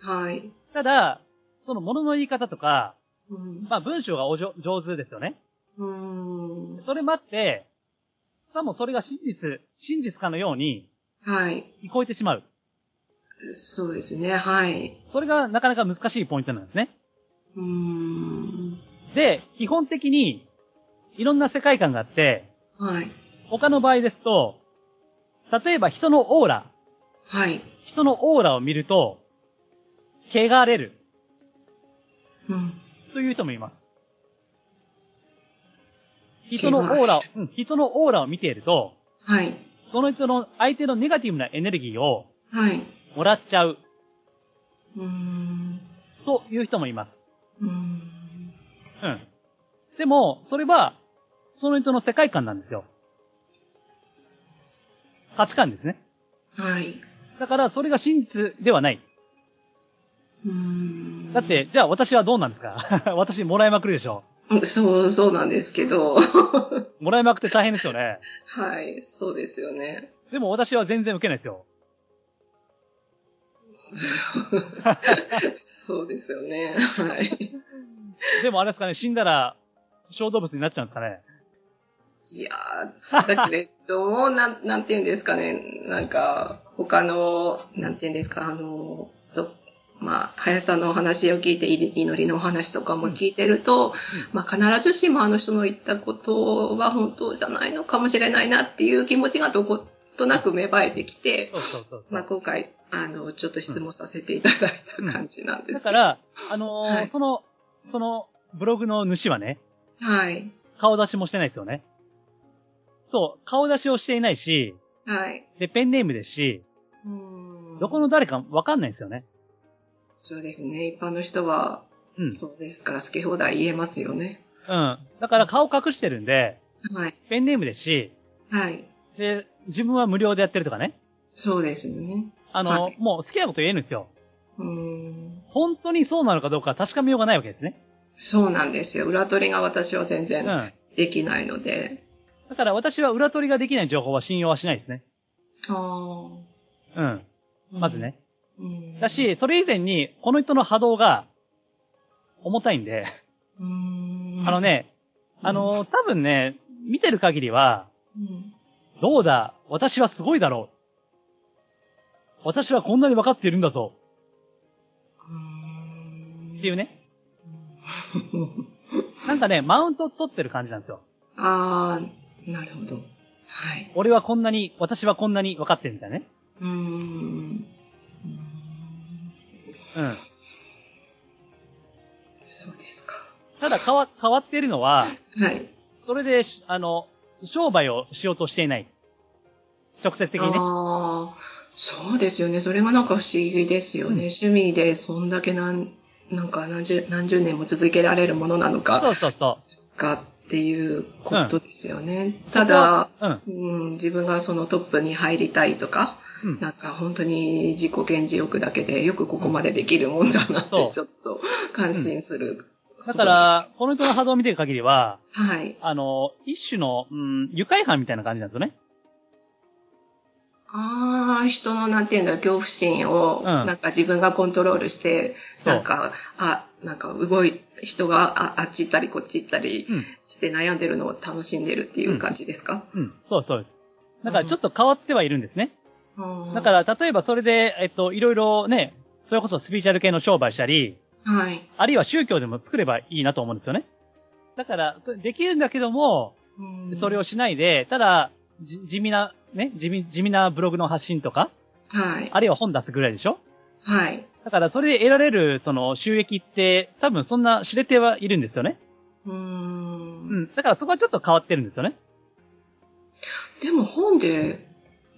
Speaker 2: はい。
Speaker 1: ただ、その物の言い方とか、
Speaker 2: うん。
Speaker 1: まあ文章がおじょ上手ですよね。
Speaker 2: うーん。
Speaker 1: それもあって、さもそれが真実、真実かのように
Speaker 2: はい。
Speaker 1: 聞こえてしまう。
Speaker 2: そうですね。はい。
Speaker 1: それがなかなか難しいポイントなんですね。
Speaker 2: うーん。
Speaker 1: で、基本的に、いろんな世界観があって、
Speaker 2: はい。
Speaker 1: 他の場合ですと、例えば人のオーラ、
Speaker 2: はい。
Speaker 1: 人のオーラを見ると、汚れる
Speaker 2: うん。
Speaker 1: という人もいます。人のオーラを、うん人のオーラを見ていると、
Speaker 2: はい。
Speaker 1: その人の相手のネガティブなエネルギーを
Speaker 2: はい。
Speaker 1: もらっちゃう
Speaker 2: うーん。
Speaker 1: という人もいます。
Speaker 2: うーん。
Speaker 1: うん。でも、それは、その人の世界観なんですよ。価値観ですね。
Speaker 2: はい。
Speaker 1: だから、それが真実ではない。
Speaker 2: うーん
Speaker 1: だっ、て、じゃあ私はどうなんですか 私もらいまくるでしょ
Speaker 2: うんそう、そうなんですけど。は
Speaker 1: もらいまくって大変ですよね。
Speaker 2: い、そうですよね。
Speaker 1: でも私は全然受けないですよ。
Speaker 2: そうですよね。はい。
Speaker 1: でもあれですかね、死んだら、小動物になっちゃうんですかね。
Speaker 2: いやー、だけれども、なん、なんて言うんですかね。なんか、他の、なんて言うんですか、あの、とまあ、林さんのお話を聞いて、い祈りのお話とかも聞いてると、まあ、必ずしもあの人の言ったことは本当じゃないのかもしれないなっていう気持ちがどことなく芽生えてきて、
Speaker 1: そうそうそうそ
Speaker 2: まあ、
Speaker 1: う。
Speaker 2: 今回、あの、ちょっと質問させていただいた感じなんで
Speaker 1: だ
Speaker 2: す
Speaker 1: か
Speaker 2: けど。
Speaker 1: ら、あのー
Speaker 2: はい
Speaker 1: その、その、ブログの主はね、
Speaker 2: はい。
Speaker 1: 顔出しもしてないですよね。そう、顔出しをしていないし、
Speaker 2: はい。
Speaker 1: で、ペンネームですし、
Speaker 2: うーん
Speaker 1: どこの誰かわかんないですよね。
Speaker 2: そうですね。一般の人は、
Speaker 1: うん。
Speaker 2: そうですから、好き放題言えますよね。
Speaker 1: うん。だから顔隠してるんで、
Speaker 2: はい。
Speaker 1: ペンネームですし、
Speaker 2: はい。
Speaker 1: で、自分は無料でやってるとかね。
Speaker 2: そうですよね。
Speaker 1: あの、
Speaker 2: はい
Speaker 1: もう好きなこと言えるんですよ。
Speaker 2: うーん。
Speaker 1: 本当にそうなのかどうか確かめようがないわけですね。
Speaker 2: そうなんですよ。裏取りが私は全
Speaker 1: う
Speaker 2: 然
Speaker 1: ん。
Speaker 2: できないので。
Speaker 1: だから私は裏取りができない情報は信用はしないですね。
Speaker 2: あ
Speaker 1: うん。
Speaker 2: あ。
Speaker 1: まず。ね。
Speaker 2: うん。
Speaker 1: だ、し、それ以前に、この人の波動が、重たいんで、
Speaker 2: うーん。
Speaker 1: あの。ね、
Speaker 2: うん
Speaker 1: あの、多分ね、見てる限りは、
Speaker 2: うん。
Speaker 1: どうだ、私はすごいだろう。私はこんなに分かっているんだぞ。
Speaker 2: うーん
Speaker 1: っていうね。
Speaker 2: うん
Speaker 1: なんかね、マウント取ってる感じなんですよ。
Speaker 2: ああ、なるほど。はい。
Speaker 1: 俺はこんなに、私はこんなに分かってるみたいなね。
Speaker 2: うーん。うーん
Speaker 1: うん。
Speaker 2: そうですか。
Speaker 1: ただ変わ、変わっているのは、
Speaker 2: はい。
Speaker 1: それでし、あの、商売をしようとしていない。直接的にね。
Speaker 2: ああ、そうですよね。それがなんか不思議ですよね。
Speaker 1: うん
Speaker 2: 趣味でそんだけなん、なんか何十、何十年も続けられるものなのか、
Speaker 1: そうそうそ
Speaker 2: かっていうことですよね。
Speaker 1: う。
Speaker 2: ただ、
Speaker 1: そこは、
Speaker 2: うん、自分がそのトップに入りたいとか、
Speaker 1: うん。うん。
Speaker 2: なんか本当に自己顕示欲だけでよくここまでできるもんだなっ
Speaker 1: そ
Speaker 2: て
Speaker 1: う
Speaker 2: ちょっと感心する。
Speaker 1: だから、この人の波動を見てる限りは、
Speaker 2: はい。
Speaker 1: あの、一種の、うん、愉快犯みたいな感じなんですよね。
Speaker 2: あああ、人の、なんていうんだ、恐怖心を、
Speaker 1: ん
Speaker 2: なんか自分がコントロールして、
Speaker 1: そう
Speaker 2: なんか、あ、なんか動い、人がああっち行ったりこっち行ったり
Speaker 1: うん。
Speaker 2: して悩んでるのを楽しんでるっていう感じですか、、
Speaker 1: うん。そうですそうです。だからちょっと変わってはいるんですね。だからら、例えばそれで、えっと、いろいろね、それこそスピーチャル系の商売したり、
Speaker 2: はい。
Speaker 1: あるいは宗教でも作ればいいなと思うんですよね。だから、それできるんだけども、
Speaker 2: うん
Speaker 1: それを、しないで、ただ、じ地味な、ね、地味、地味なブログの発信とか、
Speaker 2: はい。
Speaker 1: あるいは本出すぐらいでしょ
Speaker 2: はい。
Speaker 1: だから、それで得られる、その、収益って、多分そんな知れてはいるんですよね。
Speaker 2: うーん
Speaker 1: うん。だから、そこはちょっと変わってるんですよね。
Speaker 2: でも本で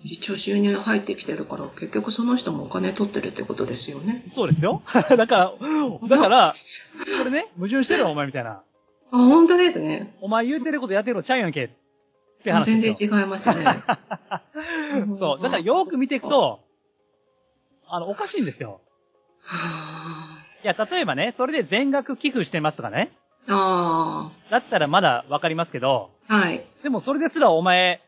Speaker 2: 一応収入入ってきてるから、結局その人もお金取ってるってことですよね。
Speaker 1: そうですよ。 だから、だから
Speaker 2: あ、
Speaker 1: これね、矛盾してるわ、お前みたいな。
Speaker 2: あ、本当ですね。
Speaker 1: お前言うてることやってることちゃうやんけ。って話ですよ
Speaker 2: 全。然違います ね。
Speaker 1: そう。だからよーく見ていくと、あの、おかしいんですよ。
Speaker 2: はあ
Speaker 1: いや、例えばね、それで全額寄付してますとかね。
Speaker 2: あ
Speaker 1: だったらまだわかりますけど、
Speaker 2: あ、はい。
Speaker 1: でもそれですらお前、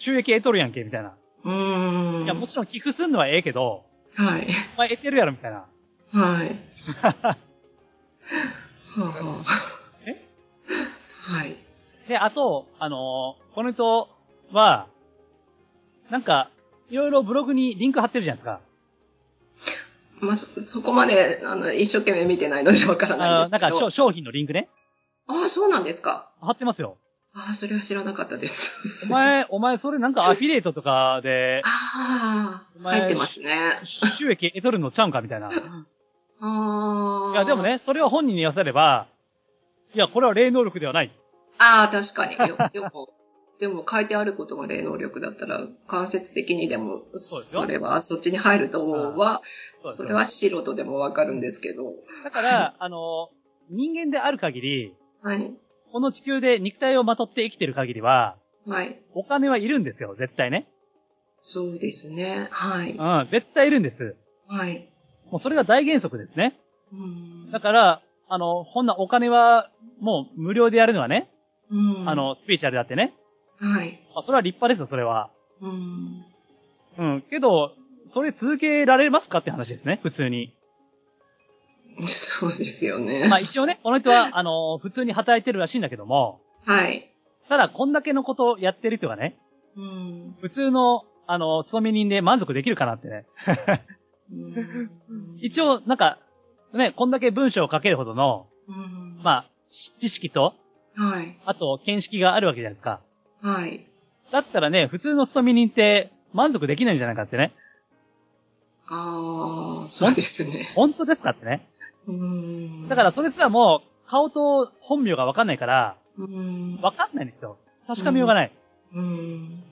Speaker 1: 収益得とるやんけ、みたいな。
Speaker 2: うーん。
Speaker 1: いや、もちろん寄付すんのはええけど、
Speaker 2: はい。
Speaker 1: お前得てるやろ、みたいな。
Speaker 2: はい。 はあ
Speaker 1: え
Speaker 2: はい。
Speaker 1: で、あと、あのーこの人は、なんか、いろいろブログにリンク貼ってるじゃないですか。
Speaker 2: まあ、そ、そこまで、あの、一生懸命見てないのでわからないん
Speaker 1: あ
Speaker 2: で
Speaker 1: ー
Speaker 2: す
Speaker 1: な
Speaker 2: け
Speaker 1: ん
Speaker 2: ど。
Speaker 1: か商商品のリンクね。
Speaker 2: ああ、そうなんですか。
Speaker 1: 貼ってますよ。
Speaker 2: ああ、それは知らなかったです。
Speaker 1: お前、お前それなんかアフィリエイトとかで、
Speaker 2: あ
Speaker 1: お
Speaker 2: あ、
Speaker 1: 前
Speaker 2: 入ってますね。
Speaker 1: 収益得とるのちゃうんかみたいな。い
Speaker 2: ああ。
Speaker 1: や、でも。ね、それを本人に言わせれば、いや、これは霊能力ではない。
Speaker 2: ああ、確かに。よ でも、でも書いてあることが霊能力だったら、間接的にでも、
Speaker 1: うですよ
Speaker 2: それは、そっちに入ると思うわ。
Speaker 1: そうです
Speaker 2: それは素人でもわかるんですけど。
Speaker 1: だから、あの、人間である限り、
Speaker 2: はい。
Speaker 1: この地球で肉体をまとって生きてる限りは、
Speaker 2: はい。
Speaker 1: お金はいるんですよ、絶対ね。
Speaker 2: そうですね。はい。
Speaker 1: うん、絶対いるんです。
Speaker 2: はい。
Speaker 1: もうそれが大原則ですね。
Speaker 2: うん
Speaker 1: だから、あの、こんなお金は、もう無料でやるのはね、
Speaker 2: うん
Speaker 1: あ、の、スピーチャルだってね。
Speaker 2: はい。
Speaker 1: あそれは立派ですよ、それは。
Speaker 2: うん。
Speaker 1: うん、けど、それ続けられますかって話ですね、普通に。
Speaker 2: そうですよね。
Speaker 1: まあ一応ね、この人は、あの、普通に働いてるらしいんだけども、
Speaker 2: はい。
Speaker 1: ただこんだけのことをやってる人がね、
Speaker 2: うん。
Speaker 1: 普通の、あの、勤め人で満足できるかなってね。
Speaker 2: うん
Speaker 1: 一、応、なんか、ね、こんだけ文章を書けるほどの、
Speaker 2: うん、
Speaker 1: まあ、知知識と、
Speaker 2: あ。はい。
Speaker 1: あと、見識があるわけじゃないですか。
Speaker 2: はい。
Speaker 1: だったらね、普通の勤め人って満足できないんじゃないかってね。
Speaker 2: ああ、そうですね。
Speaker 1: 本当ですかってね。
Speaker 2: うん。
Speaker 1: だから、それすらもう、顔と本名がわかんないから、
Speaker 2: うん。
Speaker 1: わかんないんですよ。確かめようがない。
Speaker 2: うん。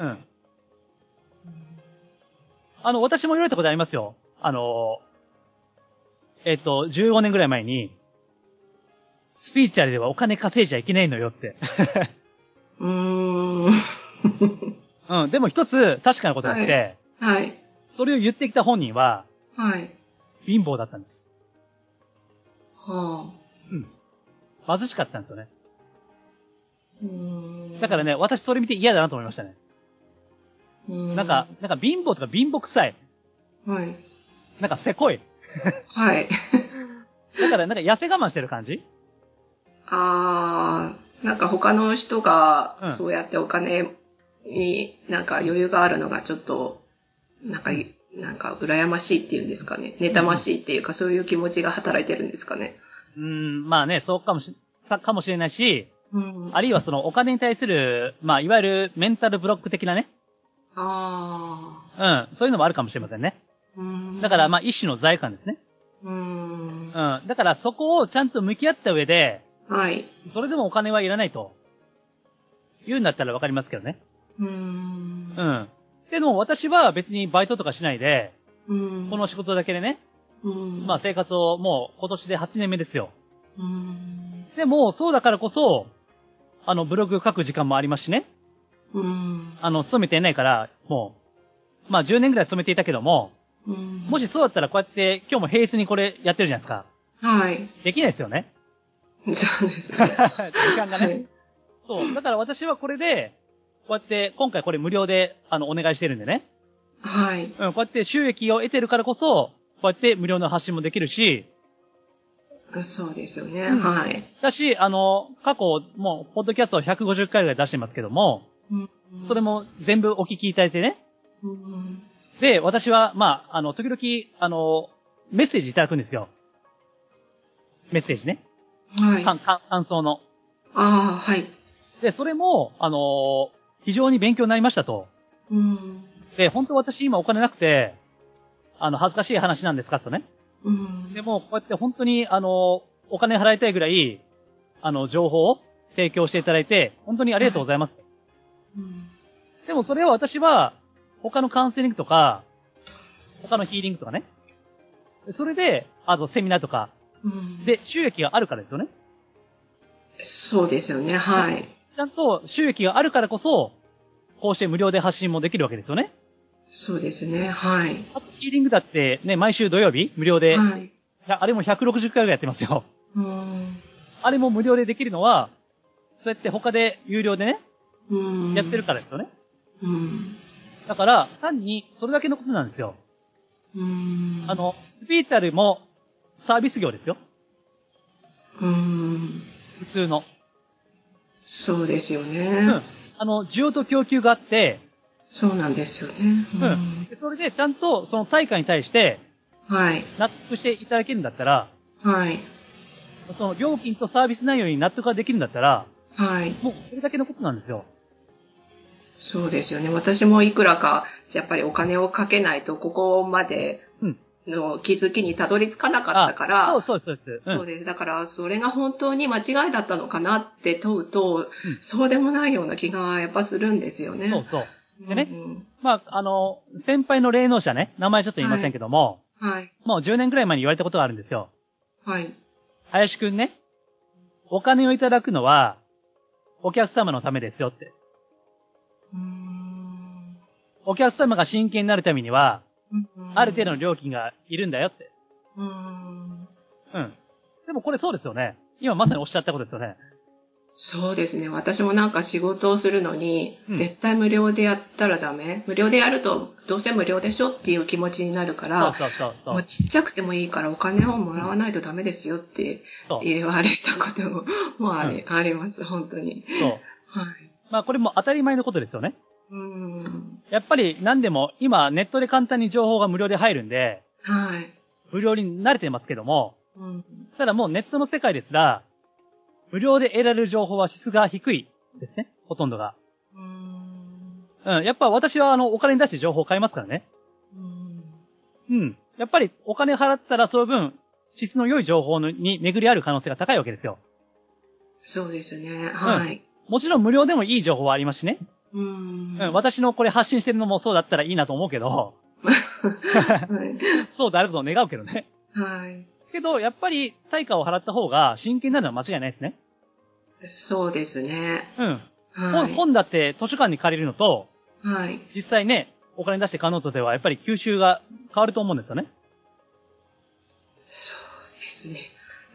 Speaker 1: うん。あの、私も言われたことありますよ。あの、えっ、と、15年ぐらい前に、スピーチャルではお金稼いじゃいけないのよって。
Speaker 2: うーん。
Speaker 1: うん、でも一つ確かなことがあって、
Speaker 2: はい。
Speaker 1: それを言ってきた本人は、
Speaker 2: はい。
Speaker 1: 貧乏だったんです。
Speaker 2: はあ。
Speaker 1: うん。貧しかったんですよね。
Speaker 2: うーん
Speaker 1: だから、ね、私それ見て嫌だなと思いましたね。
Speaker 2: な
Speaker 1: なんか、、なんか貧乏とか貧乏臭い。
Speaker 2: はい。
Speaker 1: なんかせこい。
Speaker 2: はい。
Speaker 1: だからなんか痩せ我慢してる感じ
Speaker 2: ああ、なんか他の人が
Speaker 1: う、ん
Speaker 2: そうやってお金になんか余裕があるのがちょっと、なんか、なんか羨ましいっていうんですかね。妬ましいっていうか、そういう気持ちが働いてるんですかね。
Speaker 1: うん、まあね、そうかもし、さかもしれないし、
Speaker 2: うん。
Speaker 1: あ
Speaker 2: れ
Speaker 1: るいはそのお金に対する、まあ、いわゆるメンタルブロック的なね。
Speaker 2: あ
Speaker 1: うん。そういうのもあるかもしれませんね。
Speaker 2: あ。うん
Speaker 1: だから、まあ、一種の罪悪感ですね。
Speaker 2: うーん。
Speaker 1: うん。だから、そこをちゃんと向き合った上で、
Speaker 2: はい。
Speaker 1: それでもお金はいらないと。言うんだったらわかりますけどね。
Speaker 2: うーん
Speaker 1: う。ん。でも、私は別にバイトとかしないで、
Speaker 2: うん。
Speaker 1: この仕事だけでね、
Speaker 2: うん、
Speaker 1: まあ、生活をもう今年で8年目ですよ。
Speaker 2: うん。
Speaker 1: でも、そうだからこそ、あの、ブログ書く時間もありますしね。
Speaker 2: うん。
Speaker 1: あの、勤めていないから、もう、まあ、10年ぐらい勤めていたけども、
Speaker 2: うん
Speaker 1: もし、そうだったらこうやって今日も平日にこれやってるじゃないですか。
Speaker 2: はい。
Speaker 1: できないですよね。
Speaker 2: そうですね。
Speaker 1: 時間が
Speaker 2: は
Speaker 1: ね。
Speaker 2: い。
Speaker 1: そう。だから私はこれで、うやって、今回これ無料で、あの、お願いしてるんでね。
Speaker 2: はい。
Speaker 1: うん、こうやって収益を得てるからこそ、こうやって無料の発信もできるし、
Speaker 2: そうですよね。
Speaker 1: うん
Speaker 2: はい。
Speaker 1: だし、あの、過去、もう、ポッドキャストを150回ぐらい出してますけども、
Speaker 2: うん
Speaker 1: それ、も全部お聞きいただいてね。
Speaker 2: うん
Speaker 1: で、私は、まあ、あの、時々、あの、メッセージいただくんですよ。メッセージね。
Speaker 2: はい。あ
Speaker 1: 感感感想の。
Speaker 2: あー、はい。
Speaker 1: で、それも、あの、非常に勉強になりましたと。
Speaker 2: うん。
Speaker 1: で、本当私今お金なくて、あの、恥ずかしい話なんですかとね。
Speaker 2: うん。
Speaker 1: でも、こうやって本当に、あの、お金払いたいぐらい、あの、情報を提供していただいて、本当にありがとうございます。
Speaker 2: うん
Speaker 1: でもそれは私は、他のカウンセリングとか、他のヒーリングとかね。それで、あとセミナーとか、
Speaker 2: うん、
Speaker 1: で、収益があるからですよね。
Speaker 2: そうですよね。はい。
Speaker 1: ちゃんと収益があるからこそ、こうして無料で発信もできるわけですよね。
Speaker 2: そうですね。はい。
Speaker 1: あとヒーリングだってね、毎週土曜日無料で、
Speaker 2: はい。
Speaker 1: いやあれも160回ぐらいやってますよ。
Speaker 2: うん。
Speaker 1: あれも無料でできるのは、そうやって他で有料でね、
Speaker 2: うん。
Speaker 1: やってるからですよね。
Speaker 2: うん。
Speaker 1: だから、単にそれだけのことなんですよ。
Speaker 2: うん。
Speaker 1: あ、の、スピーチュアルもサービス業ですよ。
Speaker 2: うん。
Speaker 1: 普通の。
Speaker 2: そうですよね。
Speaker 1: うん。あの、需要と供給があって、
Speaker 2: そうなんですよね。うん。
Speaker 1: でそれでちゃんとその対価に対して
Speaker 2: はい。
Speaker 1: 納得していただけるんだったら、
Speaker 2: はい。
Speaker 1: その料金とサービス内容に納得ができるんだったら、
Speaker 2: はい。
Speaker 1: もうそれだけのことなんですよ。
Speaker 2: そうですよね。私もいくらか、やっぱりお金をかけないと、ここまでの気づきにたどり着かなかったから、
Speaker 1: そうそうそうです。う。
Speaker 2: そうんです。だから、それが本当に間違いだったのかなって問うと、そうでもないような気がやっぱするんですよね。
Speaker 1: そうそう。
Speaker 2: う
Speaker 1: でね
Speaker 2: ん
Speaker 1: まあ、あの、先輩の霊能者ね、名前ちょっと言いませんけども、
Speaker 2: はい。
Speaker 1: もう10年くらい前に言われたことがあるんですよ。
Speaker 2: はい。
Speaker 1: 林くんね、お金をいただくのは、お客様のためですよって。
Speaker 2: うーん
Speaker 1: お客様が真剣になるためには、ある程度の。料金がいるんだよって。
Speaker 2: うーん
Speaker 1: うん。でもこれそうですよね。今まさにおっしゃったことですよね。
Speaker 2: そうですね。私もなんか仕事をするのに、
Speaker 1: うん
Speaker 2: 絶対無料でやったらダメ。無料でやると、どうせ無料でしょっていう気持ちになるか
Speaker 1: そう
Speaker 2: ら、
Speaker 1: そうそうそ
Speaker 2: もう
Speaker 1: う。
Speaker 2: ちっちゃくてもいいからお金をもらわないとダメですよって
Speaker 1: そう
Speaker 2: 言われたことも、もうあり,、あります、本当に。
Speaker 1: そう
Speaker 2: はい。
Speaker 1: まあこれも当たり前のことですよね。
Speaker 2: うーん。
Speaker 1: やっぱり何でも今ネットで簡単に情報が無料で入るんで、
Speaker 2: はい。
Speaker 1: 無料に慣れてますけども、
Speaker 2: うん。
Speaker 1: ただもうネットの世界ですら、無料で得られる情報は質が低いですね。ほとんどが。
Speaker 2: うーん。
Speaker 1: うん。やっぱ私はあのお金に出して情報を買いますからね。
Speaker 2: うん
Speaker 1: うん。やっぱりお金払ったらその分、質の良い情報のに巡り合う可能性が高いわけですよ。
Speaker 2: そうですね。はい。
Speaker 1: もちろん無料でもいい情報はありますしね。
Speaker 2: う。
Speaker 1: うんん、私のこれ発信してるのもそうだったらいいなと思うけ ど、
Speaker 2: はい。
Speaker 1: そうであることを願うけどね。
Speaker 2: はい。
Speaker 1: けど、やっぱり対価を払った方が真剣になるのは間違いないですね。
Speaker 2: そうですね。
Speaker 1: うん。
Speaker 2: は
Speaker 1: 本
Speaker 2: い。
Speaker 1: 本だって図書館に借りるのと、
Speaker 2: はい。
Speaker 1: 実際ね、お金出して買うのとではやっぱり吸収が変わると思うんですよね。
Speaker 2: そうですね。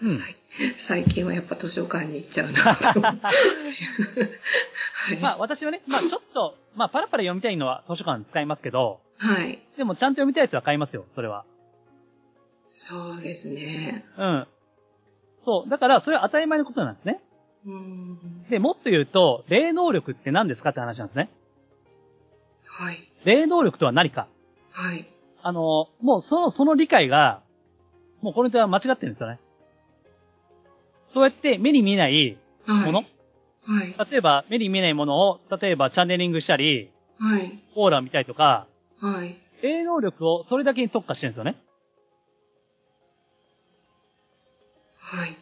Speaker 1: うん
Speaker 2: さい最近はやっぱ図書館に行っちゃ うな。はい。
Speaker 1: まあ私はね、まあちょっと、まあパラパラ読みたいのは図書館使いますけど、
Speaker 2: はい。
Speaker 1: でもちゃんと読みたいやつは買いますよ、それは。
Speaker 2: そうですね。
Speaker 1: うん。そう。だから、それは当たり前のことなんですね。
Speaker 2: うん。
Speaker 1: で、もっと言うと、霊能力って何ですかって話なんですね。
Speaker 2: はい。
Speaker 1: 霊能力とは何か。
Speaker 2: はい。
Speaker 1: あの、もうその、その理解が、もうこの点は間違ってるんですよね。そうやって目に見えない
Speaker 2: は
Speaker 1: も
Speaker 2: い。
Speaker 1: の、
Speaker 2: はい。
Speaker 1: 例えば目に見えないものを、例えばチャンネリングしたり、
Speaker 2: はい。
Speaker 1: オーラを見たりとか、
Speaker 2: はい。
Speaker 1: 霊能力をそれだけに特化してるんですよね。
Speaker 2: はい。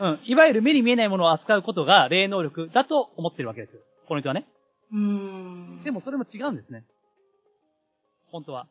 Speaker 1: うん。いわゆる目に見えないものを扱うことが霊能力だと思ってるわけです。この人はね。
Speaker 2: うん。
Speaker 1: でもそれも違うんですね。本当は。